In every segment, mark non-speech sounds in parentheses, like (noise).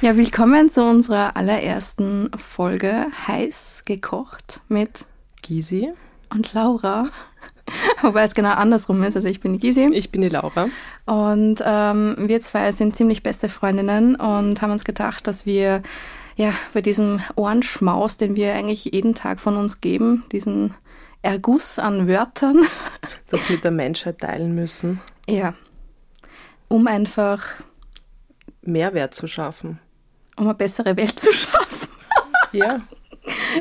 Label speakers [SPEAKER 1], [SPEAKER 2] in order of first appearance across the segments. [SPEAKER 1] Ja, willkommen zu unserer allerersten Folge Heiß gekocht mit
[SPEAKER 2] Gisi.
[SPEAKER 1] und Laura. (laughs) Wobei es genau andersrum ist. Also ich bin die Gisi
[SPEAKER 2] Ich bin die Laura.
[SPEAKER 1] und ähm, wir zwei sind ziemlich beste Freundinnen und haben uns gedacht, dass wir ja bei diesem Ohrenschmaus, den wir eigentlich jeden Tag von uns geben, diesen Erguss an Wörtern, (laughs)
[SPEAKER 2] Das mit der Menschheit teilen müssen,
[SPEAKER 1] ja, um einfach
[SPEAKER 2] Mehrwert zu schaffen.
[SPEAKER 1] um eine bessere Welt zu (laughs) schaffen.
[SPEAKER 2] Ja.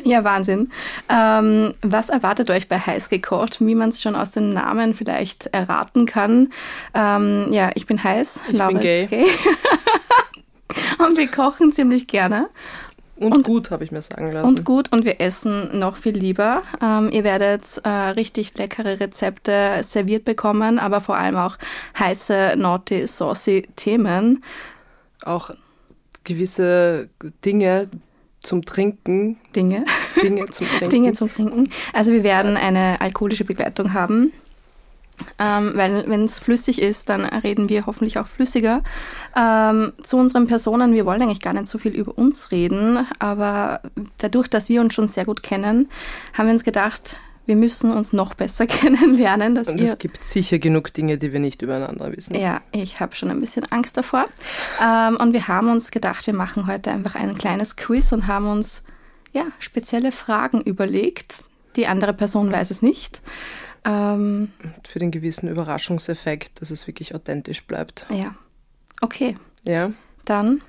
[SPEAKER 1] Ja, Wahnsinn. Ähm, was erwartet euch bei Heiß gekocht? Wie man es schon aus dem Namen vielleicht erraten kann. Ähm, ja, ich bin heiß,
[SPEAKER 2] Ich bin gay.
[SPEAKER 1] ist gay. (laughs) und wir kochen ziemlich gerne
[SPEAKER 2] Und, gut, habe ich mir sagen lassen.
[SPEAKER 1] und gut und wir essen noch viel lieber. Ähm, ihr werdet äh, richtig leckere Rezepte serviert bekommen, aber vor allem auch heiße, naughty, saucy Themen.
[SPEAKER 2] Auch gewisse Dinge zum Trinken.
[SPEAKER 1] Dinge.
[SPEAKER 2] Dinge
[SPEAKER 1] (laughs)
[SPEAKER 2] zum Trinken.
[SPEAKER 1] Dinge zum Trinken. Also wir werden eine alkoholische Begleitung haben. Ähm, weil wenn es flüssig ist, dann reden wir hoffentlich auch flüssiger. Ähm, zu unseren Personen, wir wollen eigentlich gar nicht so viel über uns reden, aber dadurch, dass wir uns schon sehr gut kennen, haben wir uns gedacht, wir müssen uns noch besser (laughs) kennenlernen. Dass
[SPEAKER 2] Und
[SPEAKER 1] ihr
[SPEAKER 2] es gibt sicher genug Dinge, die wir nicht übereinander wissen.
[SPEAKER 1] ja, ich habe schon ein bisschen Angst davor. Ähm, und wir haben uns gedacht, wir machen heute einfach ein kleines Quiz und haben uns ja, spezielle Fragen überlegt. Die andere Person weiß es nicht. Ähm,
[SPEAKER 2] Und für den gewissen Überraschungseffekt, dass es wirklich authentisch bleibt.
[SPEAKER 1] ja, okay.
[SPEAKER 2] Ja.
[SPEAKER 1] Dann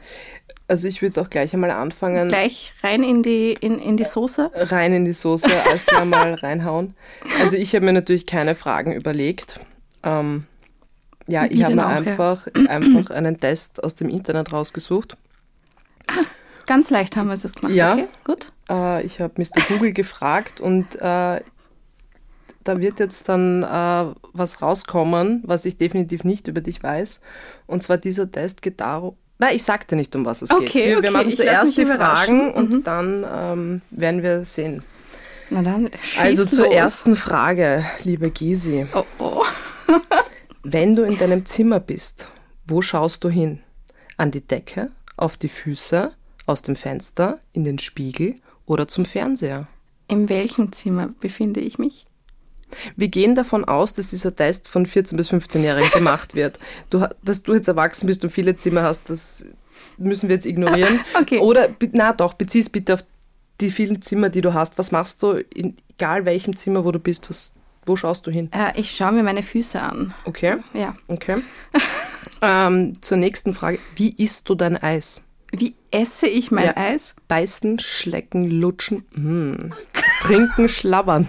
[SPEAKER 2] Also ich würde auch gleich einmal anfangen,
[SPEAKER 1] gleich rein in die, in, in die Soße.
[SPEAKER 2] rein in die Soße, alles
[SPEAKER 1] (laughs)
[SPEAKER 2] klar mal reinhauen. Also ich habe mir natürlich keine Fragen überlegt. Ähm, ja,
[SPEAKER 1] Wie
[SPEAKER 2] ich habe
[SPEAKER 1] denn
[SPEAKER 2] mir
[SPEAKER 1] auch, ja.
[SPEAKER 2] einfach, einfach einen Test aus dem Internet rausgesucht.
[SPEAKER 1] Ganz leicht haben wir es jetzt gemacht.
[SPEAKER 2] Ja.
[SPEAKER 1] Okay, gut.
[SPEAKER 2] Äh, ich habe Mr. Google gefragt und äh, da wird jetzt dann äh, was rauskommen, was ich definitiv nicht über dich weiß. Und zwar dieser Test geht darum. Nein, ich sagte nicht, um was es geht.
[SPEAKER 1] Okay,
[SPEAKER 2] Wir, wir
[SPEAKER 1] okay,
[SPEAKER 2] machen
[SPEAKER 1] ich lass mich
[SPEAKER 2] zuerst die Fragen
[SPEAKER 1] überraschen. Mhm.
[SPEAKER 2] und dann ähm, werden wir sehen.
[SPEAKER 1] Na dann, schieß
[SPEAKER 2] Also
[SPEAKER 1] los.
[SPEAKER 2] zur ersten Frage, liebe Gisi.
[SPEAKER 1] Oh, oh.
[SPEAKER 2] Wenn du in deinem Zimmer bist, wo schaust du hin? An die Decke, auf die Füße, aus dem Fenster, in den Spiegel oder zum Fernseher?
[SPEAKER 1] In welchem Zimmer befinde ich mich?
[SPEAKER 2] Wir gehen davon aus, dass dieser Test von 14- bis
[SPEAKER 1] (laughs)
[SPEAKER 2] 15-Jährigen gemacht wird. Du, ha- dass du jetzt erwachsen bist und viele Zimmer hast, das müssen wir jetzt ignorieren.
[SPEAKER 1] (laughs) Okay.
[SPEAKER 2] Oder, be- na doch, bezieh's bitte auf die vielen Zimmer, die du hast. Was machst du, in, egal welchem Zimmer, wo du bist, was, wo schaust du hin?
[SPEAKER 1] Äh, ich schaue mir meine Füße an.
[SPEAKER 2] Okay,
[SPEAKER 1] Ja.
[SPEAKER 2] okay. (laughs) ähm, zur nächsten Frage. Wie isst du dein Eis?
[SPEAKER 1] Wie esse ich mein
[SPEAKER 2] Ja.
[SPEAKER 1] Eis?
[SPEAKER 2] Beißen, schlecken, lutschen, mm. trinken, schlabbern.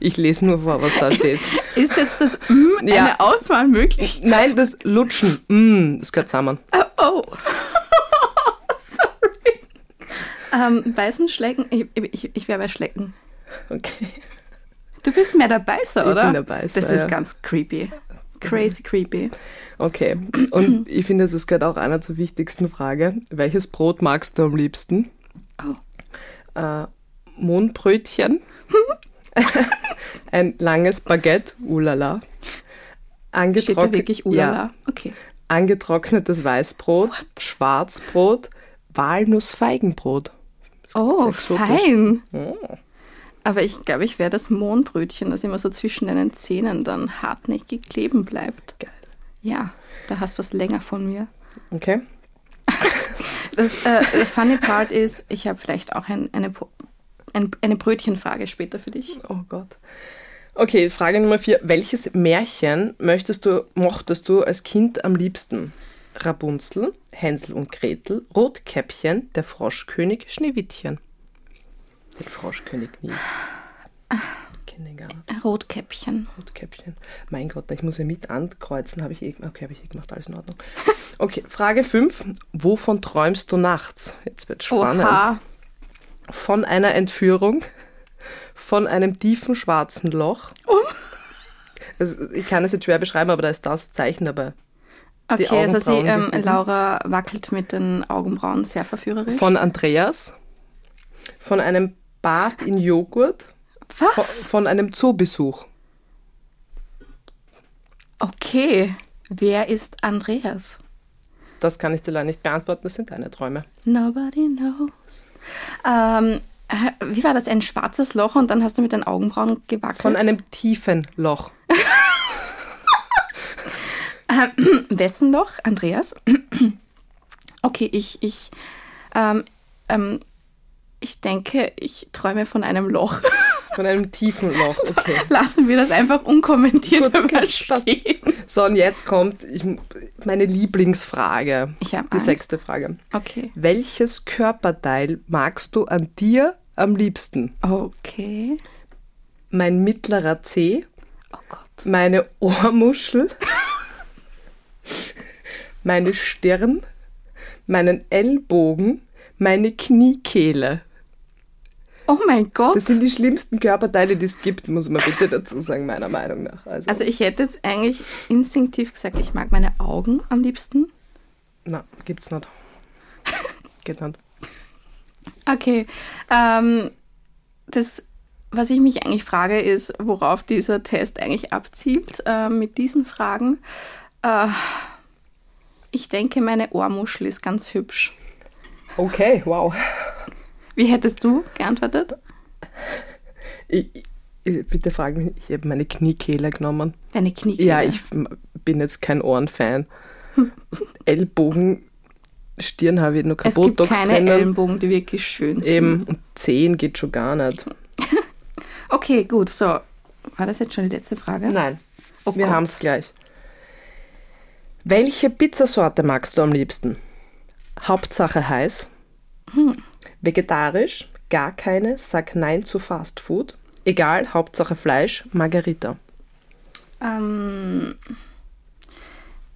[SPEAKER 2] Ich lese nur vor, was da
[SPEAKER 1] (laughs)
[SPEAKER 2] steht.
[SPEAKER 1] Ist jetzt das mm
[SPEAKER 2] Ja.
[SPEAKER 1] eine Auswahl möglich?
[SPEAKER 2] Nein, das Lutschen, mm, das gehört zusammen.
[SPEAKER 1] (laughs) Oh. Sorry. Ähm, beißen, Schlecken. Ich, ich, ich wäre bei Schlecken.
[SPEAKER 2] Okay.
[SPEAKER 1] Du bist mehr der Beißer,
[SPEAKER 2] Ich
[SPEAKER 1] oder?
[SPEAKER 2] bin der Beißer,
[SPEAKER 1] Das ist
[SPEAKER 2] ja. Mhm.
[SPEAKER 1] ganz creepy. Crazy creepy.
[SPEAKER 2] Okay. Und ich finde, das gehört auch einer zur wichtigsten Frage. Welches Brot magst du am liebsten?
[SPEAKER 1] Oh.
[SPEAKER 2] Äh,
[SPEAKER 1] (laughs)
[SPEAKER 2] Mohnbrötchen. Ein langes Baguette. Ulala.
[SPEAKER 1] Steht da
[SPEAKER 2] Angetrocknet-
[SPEAKER 1] wirklich
[SPEAKER 2] Ja.
[SPEAKER 1] Ulala? Okay.
[SPEAKER 2] Angetrocknetes Weißbrot, Schwarzbrot, Walnussfeigenbrot.
[SPEAKER 1] Oh,
[SPEAKER 2] exotisch.
[SPEAKER 1] fein.
[SPEAKER 2] Oh.
[SPEAKER 1] Aber ich glaube, ich wäre das Mohnbrötchen, das immer so zwischen deinen Zähnen dann hartnäckig kleben bleibt.
[SPEAKER 2] Geil.
[SPEAKER 1] Ja, da hast du was länger von mir.
[SPEAKER 2] Okay.
[SPEAKER 1] Das äh, the funny part ist, ich habe vielleicht auch ein, eine, Po- ein, eine Brötchenfrage später für dich.
[SPEAKER 2] Oh Gott. Okay, Frage Nummer vier. Welches Märchen möchtest du, mochtest du als Kind am liebsten? Rapunzel, Hänsel und Gretel, Rotkäppchen, der Froschkönig, Schneewittchen. Den Froschkönig nie. Ich kenne den gar nicht.
[SPEAKER 1] Rotkäppchen.
[SPEAKER 2] Rotkäppchen. Mein Gott, ich muss ja mit ankreuzen. Habe ich eh, okay, habe ich eh gemacht. Alles in Ordnung. Okay, Frage 5. Wovon träumst du nachts? Jetzt wird spannend
[SPEAKER 1] Oha.
[SPEAKER 2] von einer Entführung, von einem tiefen schwarzen Loch.
[SPEAKER 1] Oh.
[SPEAKER 2] Also, ich kann es jetzt schwer beschreiben, aber da ist das Zeichen dabei. Die
[SPEAKER 1] Okay, also sie,
[SPEAKER 2] Augenbrauen
[SPEAKER 1] ähm,
[SPEAKER 2] bewegen.
[SPEAKER 1] Laura wackelt mit den Augenbrauen sehr verführerisch.
[SPEAKER 2] Von Andreas, von einem Bad in Joghurt, von,
[SPEAKER 1] Was?
[SPEAKER 2] von einem Zoobesuch.
[SPEAKER 1] Okay. Wer ist Andreas?
[SPEAKER 2] Das kann ich dir leider nicht beantworten, das sind deine Träume.
[SPEAKER 1] Nobody knows. Ähm, äh, wie war das? Ein schwarzes Loch und dann hast du mit den Augenbrauen gewackelt.
[SPEAKER 2] Von einem tiefen Loch.
[SPEAKER 1] Wessen Loch? Andreas? (clears throat) okay, ich, ich, ähm, ähm, ich denke, ich träume von einem Loch. (laughs)
[SPEAKER 2] Von einem tiefen Loch, okay.
[SPEAKER 1] Lassen wir das einfach unkommentiert
[SPEAKER 2] Gut, okay,
[SPEAKER 1] einmal
[SPEAKER 2] passt.
[SPEAKER 1] stehen.
[SPEAKER 2] So, und jetzt kommt ich, meine Lieblingsfrage.
[SPEAKER 1] Ich hab
[SPEAKER 2] Die
[SPEAKER 1] Angst.
[SPEAKER 2] sechste Frage.
[SPEAKER 1] Okay.
[SPEAKER 2] Welches Körperteil magst du an dir am liebsten?
[SPEAKER 1] Okay.
[SPEAKER 2] Mein mittlerer Zeh,
[SPEAKER 1] Oh Gott.
[SPEAKER 2] meine Ohrmuschel, meine Stirn, meinen Ellbogen, meine Kniekehle.
[SPEAKER 1] Oh mein Gott.
[SPEAKER 2] Das sind die schlimmsten Körperteile, die es gibt, muss man bitte dazu sagen, meiner Meinung nach. Also,
[SPEAKER 1] also ich hätte jetzt eigentlich instinktiv gesagt, ich mag meine Augen am liebsten.
[SPEAKER 2] na, gibt's nicht. Geht nicht.
[SPEAKER 1] Okay. Ähm, das, was ich mich eigentlich frage, ist, worauf dieser Test eigentlich abzielt äh, mit diesen Fragen. Äh, ich denke, meine Ohrmuschel ist ganz hübsch.
[SPEAKER 2] Okay, wow.
[SPEAKER 1] Wie hättest du geantwortet?
[SPEAKER 2] Ich, ich, bitte frag mich, nicht. ich habe meine Kniekehle genommen.
[SPEAKER 1] Deine Knie.
[SPEAKER 2] Ja, ich m- bin jetzt
[SPEAKER 1] (laughs)
[SPEAKER 2] kein Ohrenfan. Ellbogen, Stirn habe ich noch kein
[SPEAKER 1] Es gibt
[SPEAKER 2] Botox
[SPEAKER 1] keine
[SPEAKER 2] drinnen.
[SPEAKER 1] Ellenbogen, die wirklich schön sind.
[SPEAKER 2] Eben, und Zehen geht schon gar nicht.
[SPEAKER 1] Okay, gut, so. War das jetzt schon die letzte Frage?
[SPEAKER 2] Nein,
[SPEAKER 1] Oh
[SPEAKER 2] wir
[SPEAKER 1] Gott.
[SPEAKER 2] haben es gleich. Welche Pizzasorte magst du am liebsten? Hauptsache heiß.
[SPEAKER 1] Hm.
[SPEAKER 2] Vegetarisch, gar keine, sag nein zu Fastfood. Egal, Hauptsache Fleisch, Margarita.
[SPEAKER 1] Ähm,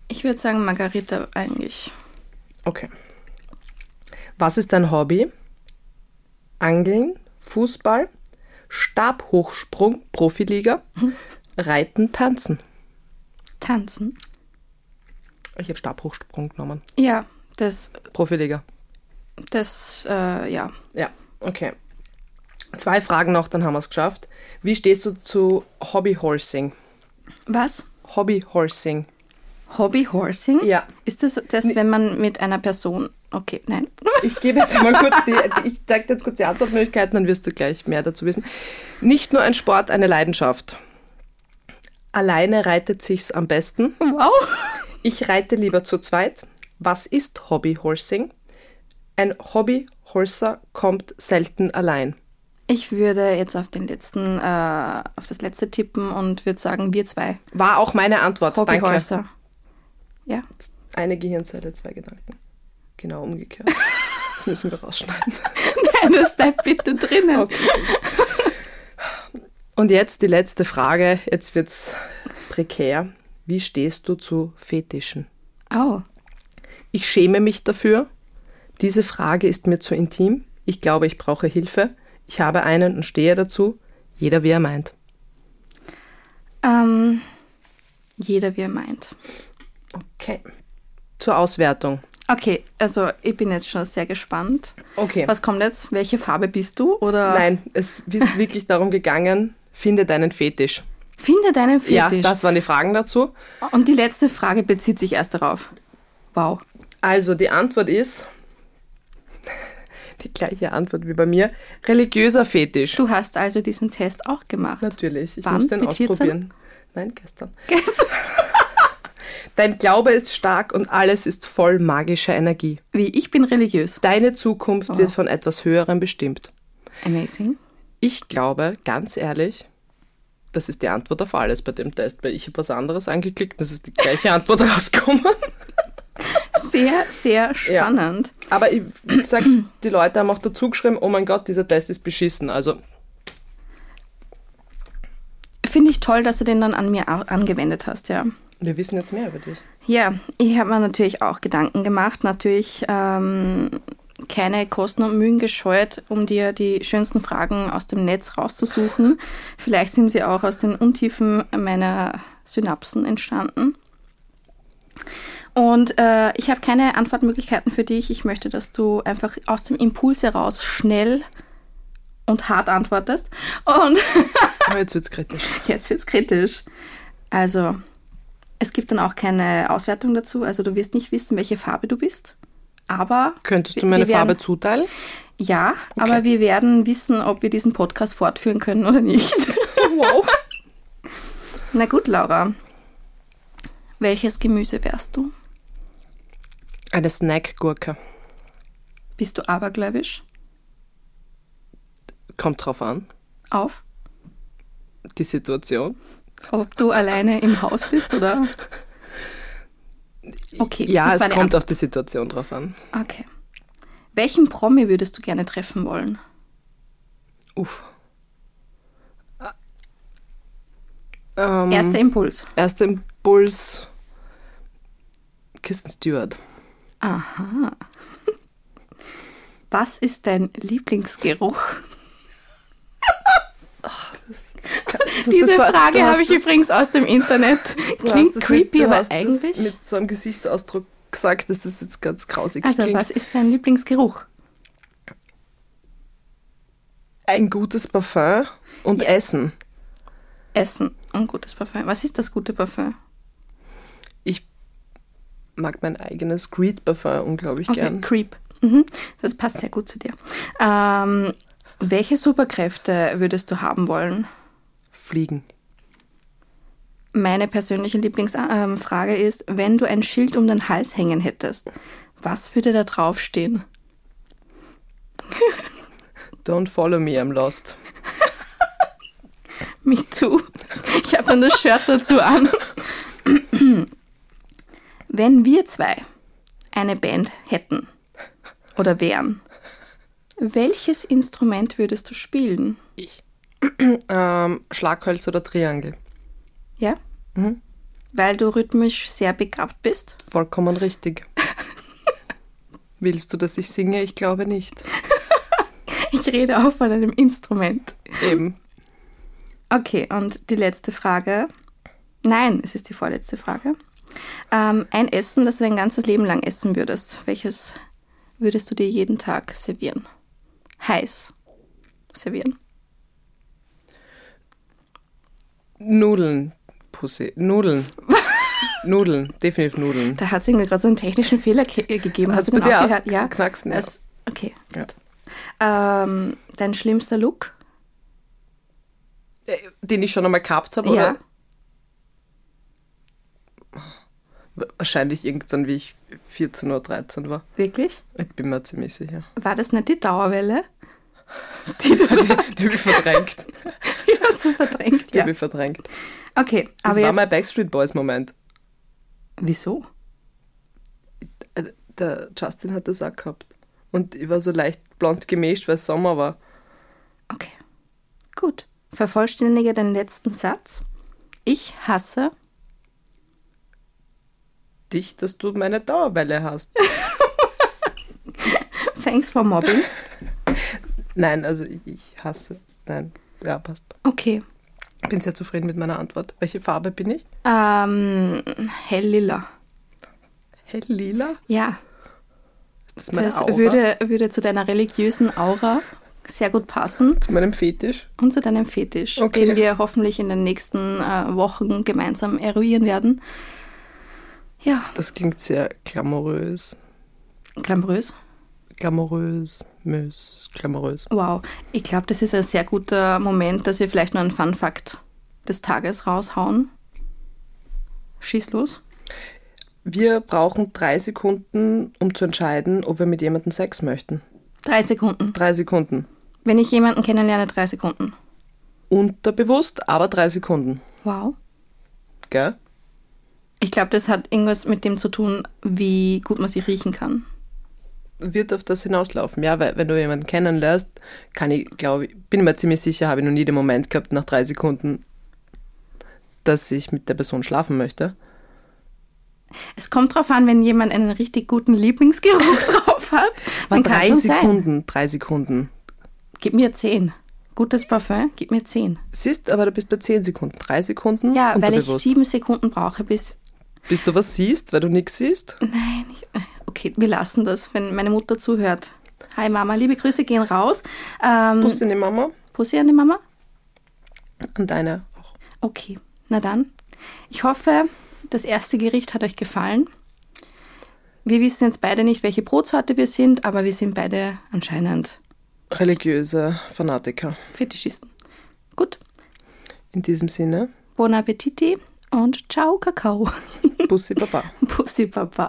[SPEAKER 1] ich würde sagen Margarita eigentlich.
[SPEAKER 2] Okay. Was ist dein Hobby? Angeln, Fußball, Stabhochsprung, Profiliga, Reiten, Tanzen.
[SPEAKER 1] Tanzen?
[SPEAKER 2] Ich habe Stabhochsprung genommen.
[SPEAKER 1] Ja, das,
[SPEAKER 2] Profiliga.
[SPEAKER 1] das, äh, ja.
[SPEAKER 2] Ja, okay. Zwei Fragen noch, dann haben wir es geschafft. Wie stehst du zu Hobbyhorsing?
[SPEAKER 1] Was?
[SPEAKER 2] Hobbyhorsing.
[SPEAKER 1] Hobbyhorsing?
[SPEAKER 2] Ja.
[SPEAKER 1] Ist das das, wenn man mit einer Person... Okay,
[SPEAKER 2] (laughs)
[SPEAKER 1] nein.
[SPEAKER 2] Ich gebe jetzt mal kurz die, ich zeige dir jetzt kurz die Antwortmöglichkeiten, dann wirst du gleich mehr dazu wissen. Nicht nur ein Sport, eine Leidenschaft. Alleine reitet sich's am besten.
[SPEAKER 1] Wow.
[SPEAKER 2] (laughs) Ich reite lieber zu zweit. Was ist Hobbyhorsing? Ein Hobbyhorser kommt selten allein.
[SPEAKER 1] Ich würde jetzt auf den letzten, äh, auf das letzte tippen und würde sagen, wir zwei.
[SPEAKER 2] War auch meine Antwort. Danke.
[SPEAKER 1] Hobbyhorser.
[SPEAKER 2] (laughs)
[SPEAKER 1] Ja.
[SPEAKER 2] Eine Gehirnzelle, zwei Gedanken. Genau umgekehrt. Das müssen wir rausschneiden.
[SPEAKER 1] Nein, das bleibt bitte drinnen.
[SPEAKER 2] Und jetzt die letzte Frage. Jetzt wird's prekär. Wie stehst du zu Fetischen?
[SPEAKER 1] Oh.
[SPEAKER 2] Ich schäme mich dafür. Diese Frage ist mir zu intim. Ich glaube, ich brauche Hilfe. Ich habe einen und stehe dazu. Jeder wie er meint.
[SPEAKER 1] Ähm, jeder, wie er meint.
[SPEAKER 2] Okay. Zur Auswertung.
[SPEAKER 1] Okay, also ich bin jetzt schon sehr gespannt.
[SPEAKER 2] Okay.
[SPEAKER 1] Was kommt jetzt? Welche Farbe bist du? Oder
[SPEAKER 2] Nein, es ist wirklich darum gegangen, finde deinen Fetisch.
[SPEAKER 1] finde deinen
[SPEAKER 2] Ja,
[SPEAKER 1] Fetisch.
[SPEAKER 2] das waren die Fragen dazu.
[SPEAKER 1] Und die letzte Frage bezieht sich erst darauf. Wow.
[SPEAKER 2] Also die Antwort ist (laughs) die gleiche Antwort wie bei mir. Religiöser Fetisch.
[SPEAKER 1] Du hast also diesen Test auch gemacht.
[SPEAKER 2] Natürlich, ich
[SPEAKER 1] Wann?
[SPEAKER 2] muss den
[SPEAKER 1] Mit 14?
[SPEAKER 2] ausprobieren. Nein, gestern.
[SPEAKER 1] (laughs) Gestern.
[SPEAKER 2] (laughs) Dein Glaube ist stark und alles ist voll magischer Energie.
[SPEAKER 1] Wie, ich bin religiös.
[SPEAKER 2] Deine
[SPEAKER 1] Oh.
[SPEAKER 2] Zukunft wird von etwas Höherem bestimmt.
[SPEAKER 1] Amazing.
[SPEAKER 2] Ich glaube, ganz ehrlich, das ist die Antwort auf alles bei dem Test, weil ich habe was anderes angeklickt, das ist
[SPEAKER 1] (laughs)
[SPEAKER 2] die gleiche Antwort rausgekommen.
[SPEAKER 1] Sehr, sehr spannend.
[SPEAKER 2] Aber ich, wie gesagt, die Leute haben auch dazu geschrieben, oh mein Gott, dieser Test ist beschissen. Also,
[SPEAKER 1] Finde ich toll, dass du den dann an mir au- angewendet hast, ja.
[SPEAKER 2] wir wissen jetzt mehr über dich.
[SPEAKER 1] Ja, ich habe mir natürlich auch Gedanken gemacht. Natürlich ähm, keine Kosten und Mühen gescheut, um dir die schönsten Fragen aus dem Netz rauszusuchen. Vielleicht sind sie auch aus den Untiefen meiner Synapsen entstanden. Und äh, ich habe keine Antwortmöglichkeiten für dich. Ich möchte, dass du einfach aus dem Impuls heraus schnell und hart antwortest. Und
[SPEAKER 2] Aber jetzt wird's kritisch.
[SPEAKER 1] Jetzt wird's kritisch. Also, Es gibt dann auch keine Auswertung dazu, also du wirst nicht wissen, welche Farbe du bist. Aber
[SPEAKER 2] Könntest du
[SPEAKER 1] wir-
[SPEAKER 2] mir eine
[SPEAKER 1] wir werden,
[SPEAKER 2] Farbe zuteilen?
[SPEAKER 1] Ja,
[SPEAKER 2] Okay.
[SPEAKER 1] aber wir werden wissen, ob wir diesen Podcast fortführen können oder
[SPEAKER 2] (laughs)
[SPEAKER 1] nicht.
[SPEAKER 2] Wow.
[SPEAKER 1] Na gut, Laura. Welches Gemüse wärst du?
[SPEAKER 2] Eine Snackgurke.
[SPEAKER 1] Bist du abergläubisch?
[SPEAKER 2] Kommt drauf an,
[SPEAKER 1] Auf?
[SPEAKER 2] die Situation.
[SPEAKER 1] Ob du alleine im Haus bist
[SPEAKER 2] (laughs)
[SPEAKER 1] oder? Okay.
[SPEAKER 2] Ja,
[SPEAKER 1] das war
[SPEAKER 2] es
[SPEAKER 1] die
[SPEAKER 2] kommt auf die Situation drauf an.
[SPEAKER 1] Antwort. Okay. Welchen Promi würdest du gerne treffen wollen?
[SPEAKER 2] Uff. Ähm,
[SPEAKER 1] Erster Impuls.
[SPEAKER 2] Erster Impuls. Kirsten Stewart.
[SPEAKER 1] Aha. Was ist dein Lieblingsgeruch?
[SPEAKER 2] Du hast
[SPEAKER 1] Diese
[SPEAKER 2] das ver-
[SPEAKER 1] Frage
[SPEAKER 2] du hast
[SPEAKER 1] habe ich
[SPEAKER 2] das-
[SPEAKER 1] übrigens aus dem Internet.
[SPEAKER 2] (laughs) du hast
[SPEAKER 1] Klingt
[SPEAKER 2] das
[SPEAKER 1] creepy,
[SPEAKER 2] mit, du
[SPEAKER 1] aber
[SPEAKER 2] hast
[SPEAKER 1] eigentlich.
[SPEAKER 2] Das mit so einem Gesichtsausdruck gesagt, dass das jetzt ganz grausig
[SPEAKER 1] also,
[SPEAKER 2] klingt.
[SPEAKER 1] was ist dein Lieblingsgeruch?
[SPEAKER 2] Ein gutes Parfum und Essen.
[SPEAKER 1] Essen. Ein gutes Parfum. Was ist das gute Parfum?
[SPEAKER 2] Ich mag mein eigenes Greed-Parfum unglaublich
[SPEAKER 1] Okay,
[SPEAKER 2] gern.
[SPEAKER 1] Creep. Mhm. Das passt sehr gut zu dir. Ähm, welche Superkräfte würdest du haben wollen?
[SPEAKER 2] Fliegen.
[SPEAKER 1] Meine persönliche Lieblingsfrage ähm, ist, wenn du ein Schild um den Hals hängen hättest, was würde da draufstehen?
[SPEAKER 2] Don't follow me, I'm lost.
[SPEAKER 1] Me too. Ich habe dann das Shirt dazu an. Wenn wir zwei eine Band hätten oder wären, welches Instrument würdest du spielen?
[SPEAKER 2] Ich. (clears throat) ähm, Schlaghölz oder Triangel.
[SPEAKER 1] Ja? Weil du rhythmisch sehr begabt bist? (laughs)
[SPEAKER 2] Vollkommen richtig. Willst du, dass ich singe? Ich glaube nicht.
[SPEAKER 1] Ich rede auch von einem Instrument.
[SPEAKER 2] Eben.
[SPEAKER 1] Okay, und die letzte Frage. Nein, es ist die vorletzte Frage. Ähm, ein Essen, das du dein ganzes Leben lang essen würdest. Welches würdest du dir jeden Tag servieren? Heiß servieren.
[SPEAKER 2] Nudeln, Pussy.
[SPEAKER 1] (laughs)
[SPEAKER 2] Nudeln. Nudeln, definitiv Nudeln.
[SPEAKER 1] Da hat es irgendwie gerade so einen technischen Fehler ge äh, gegeben.
[SPEAKER 2] Hast du
[SPEAKER 1] den
[SPEAKER 2] bei dir
[SPEAKER 1] auch
[SPEAKER 2] auch
[SPEAKER 1] gehört? Ja.
[SPEAKER 2] Knacksen, ja.
[SPEAKER 1] Es, okay.
[SPEAKER 2] Ja.
[SPEAKER 1] Ähm, dein schlimmster Look?
[SPEAKER 2] Äh, Den ich schon einmal gehabt habe,
[SPEAKER 1] Ja.
[SPEAKER 2] oder? Wahrscheinlich irgendwann, wie ich 14 oder 13 war.
[SPEAKER 1] Wirklich?
[SPEAKER 2] Ich bin mir ziemlich sicher. (laughs)
[SPEAKER 1] War das nicht die Dauerwelle? (laughs)
[SPEAKER 2] Die habe ich verdrängt.
[SPEAKER 1] Die hast du verdrängt,
[SPEAKER 2] Die
[SPEAKER 1] ja.
[SPEAKER 2] habe ich verdrängt.
[SPEAKER 1] Okay,
[SPEAKER 2] Das
[SPEAKER 1] aber
[SPEAKER 2] war
[SPEAKER 1] jetzt...
[SPEAKER 2] mein Backstreet Boys Moment.
[SPEAKER 1] Wieso?
[SPEAKER 2] Äh, Der Justin hat das auch gehabt. Und ich war so leicht blond gemischt, weil es Sommer war.
[SPEAKER 1] Okay. Gut. Vervollständige den letzten Satz. Ich hasse. (laughs)
[SPEAKER 2] Dich, dass du meine
[SPEAKER 1] (laughs)
[SPEAKER 2] Dauerwelle hast.
[SPEAKER 1] Thanks for mobbing.
[SPEAKER 2] Nein, also ich- ich hasse. Nein, ja, passt.
[SPEAKER 1] Okay.
[SPEAKER 2] Ich bin sehr zufrieden mit meiner Antwort. Welche Farbe bin ich?
[SPEAKER 1] Ähm, hell lila.
[SPEAKER 2] Hell lila?
[SPEAKER 1] Ja,
[SPEAKER 2] Ist das meine
[SPEAKER 1] das
[SPEAKER 2] Aura?
[SPEAKER 1] würde, würde zu deiner religiösen Aura sehr gut passen
[SPEAKER 2] Zu meinem Fetisch?
[SPEAKER 1] und zu deinem Fetisch,
[SPEAKER 2] Okay.
[SPEAKER 1] den wir hoffentlich in den nächsten äh, Wochen gemeinsam eruieren werden. Ja,
[SPEAKER 2] Das klingt sehr glamourös.
[SPEAKER 1] glamourös.
[SPEAKER 2] Glamourös, mös, glamourös.
[SPEAKER 1] Wow. Ich glaube, das ist ein sehr guter Moment, dass wir vielleicht noch einen Fun-Fact des Tages raushauen. Schieß los.
[SPEAKER 2] Wir brauchen drei Sekunden, um zu entscheiden, ob wir mit jemandem Sex möchten.
[SPEAKER 1] Drei Sekunden.
[SPEAKER 2] Drei Sekunden.
[SPEAKER 1] Wenn ich jemanden kennenlerne, drei Sekunden.
[SPEAKER 2] Unterbewusst, aber drei Sekunden.
[SPEAKER 1] Wow.
[SPEAKER 2] Gell?
[SPEAKER 1] Ich glaube, das hat irgendwas mit dem zu tun, wie gut man sie riechen kann.
[SPEAKER 2] Wird auf das hinauslaufen. Ja, weil wenn du jemanden kennenlernst, kann ich, glaube ich, bin ich mir ziemlich sicher, habe ich noch nie den Moment gehabt, nach drei Sekunden, dass ich mit der Person schlafen möchte.
[SPEAKER 1] Es kommt drauf an, wenn jemand einen richtig guten Lieblingsgeruch (laughs) drauf hat.
[SPEAKER 2] War
[SPEAKER 1] Dann kann
[SPEAKER 2] drei
[SPEAKER 1] schon sein.
[SPEAKER 2] Sekunden, drei Sekunden.
[SPEAKER 1] Gib mir zehn. Gutes Parfum, gib mir zehn.
[SPEAKER 2] Siehst, aber du bist bei zehn Sekunden. Drei Sekunden
[SPEAKER 1] Ja, weil ich
[SPEAKER 2] unterbewusst.
[SPEAKER 1] sieben Sekunden brauche, bis.
[SPEAKER 2] Bis du was siehst, weil du nichts siehst?
[SPEAKER 1] Nein, ich, okay, wir lassen das, wenn meine Mutter zuhört. Hi Mama, liebe Grüße gehen raus. Ähm,
[SPEAKER 2] Muss deine ne, Mama
[SPEAKER 1] Pussy an die Mama.
[SPEAKER 2] und deine auch.
[SPEAKER 1] Okay, na dann. Ich hoffe, Das erste Gericht hat euch gefallen. Wir wissen jetzt beide nicht, welche Brotsorte wir sind, aber wir sind beide anscheinend
[SPEAKER 2] Religiöse Fanatiker.
[SPEAKER 1] Fetischisten. Gut,
[SPEAKER 2] In diesem Sinne,
[SPEAKER 1] buon appetiti und ciao Kakao. (laughs)
[SPEAKER 2] Bussi Baba.
[SPEAKER 1] Pussy Papa.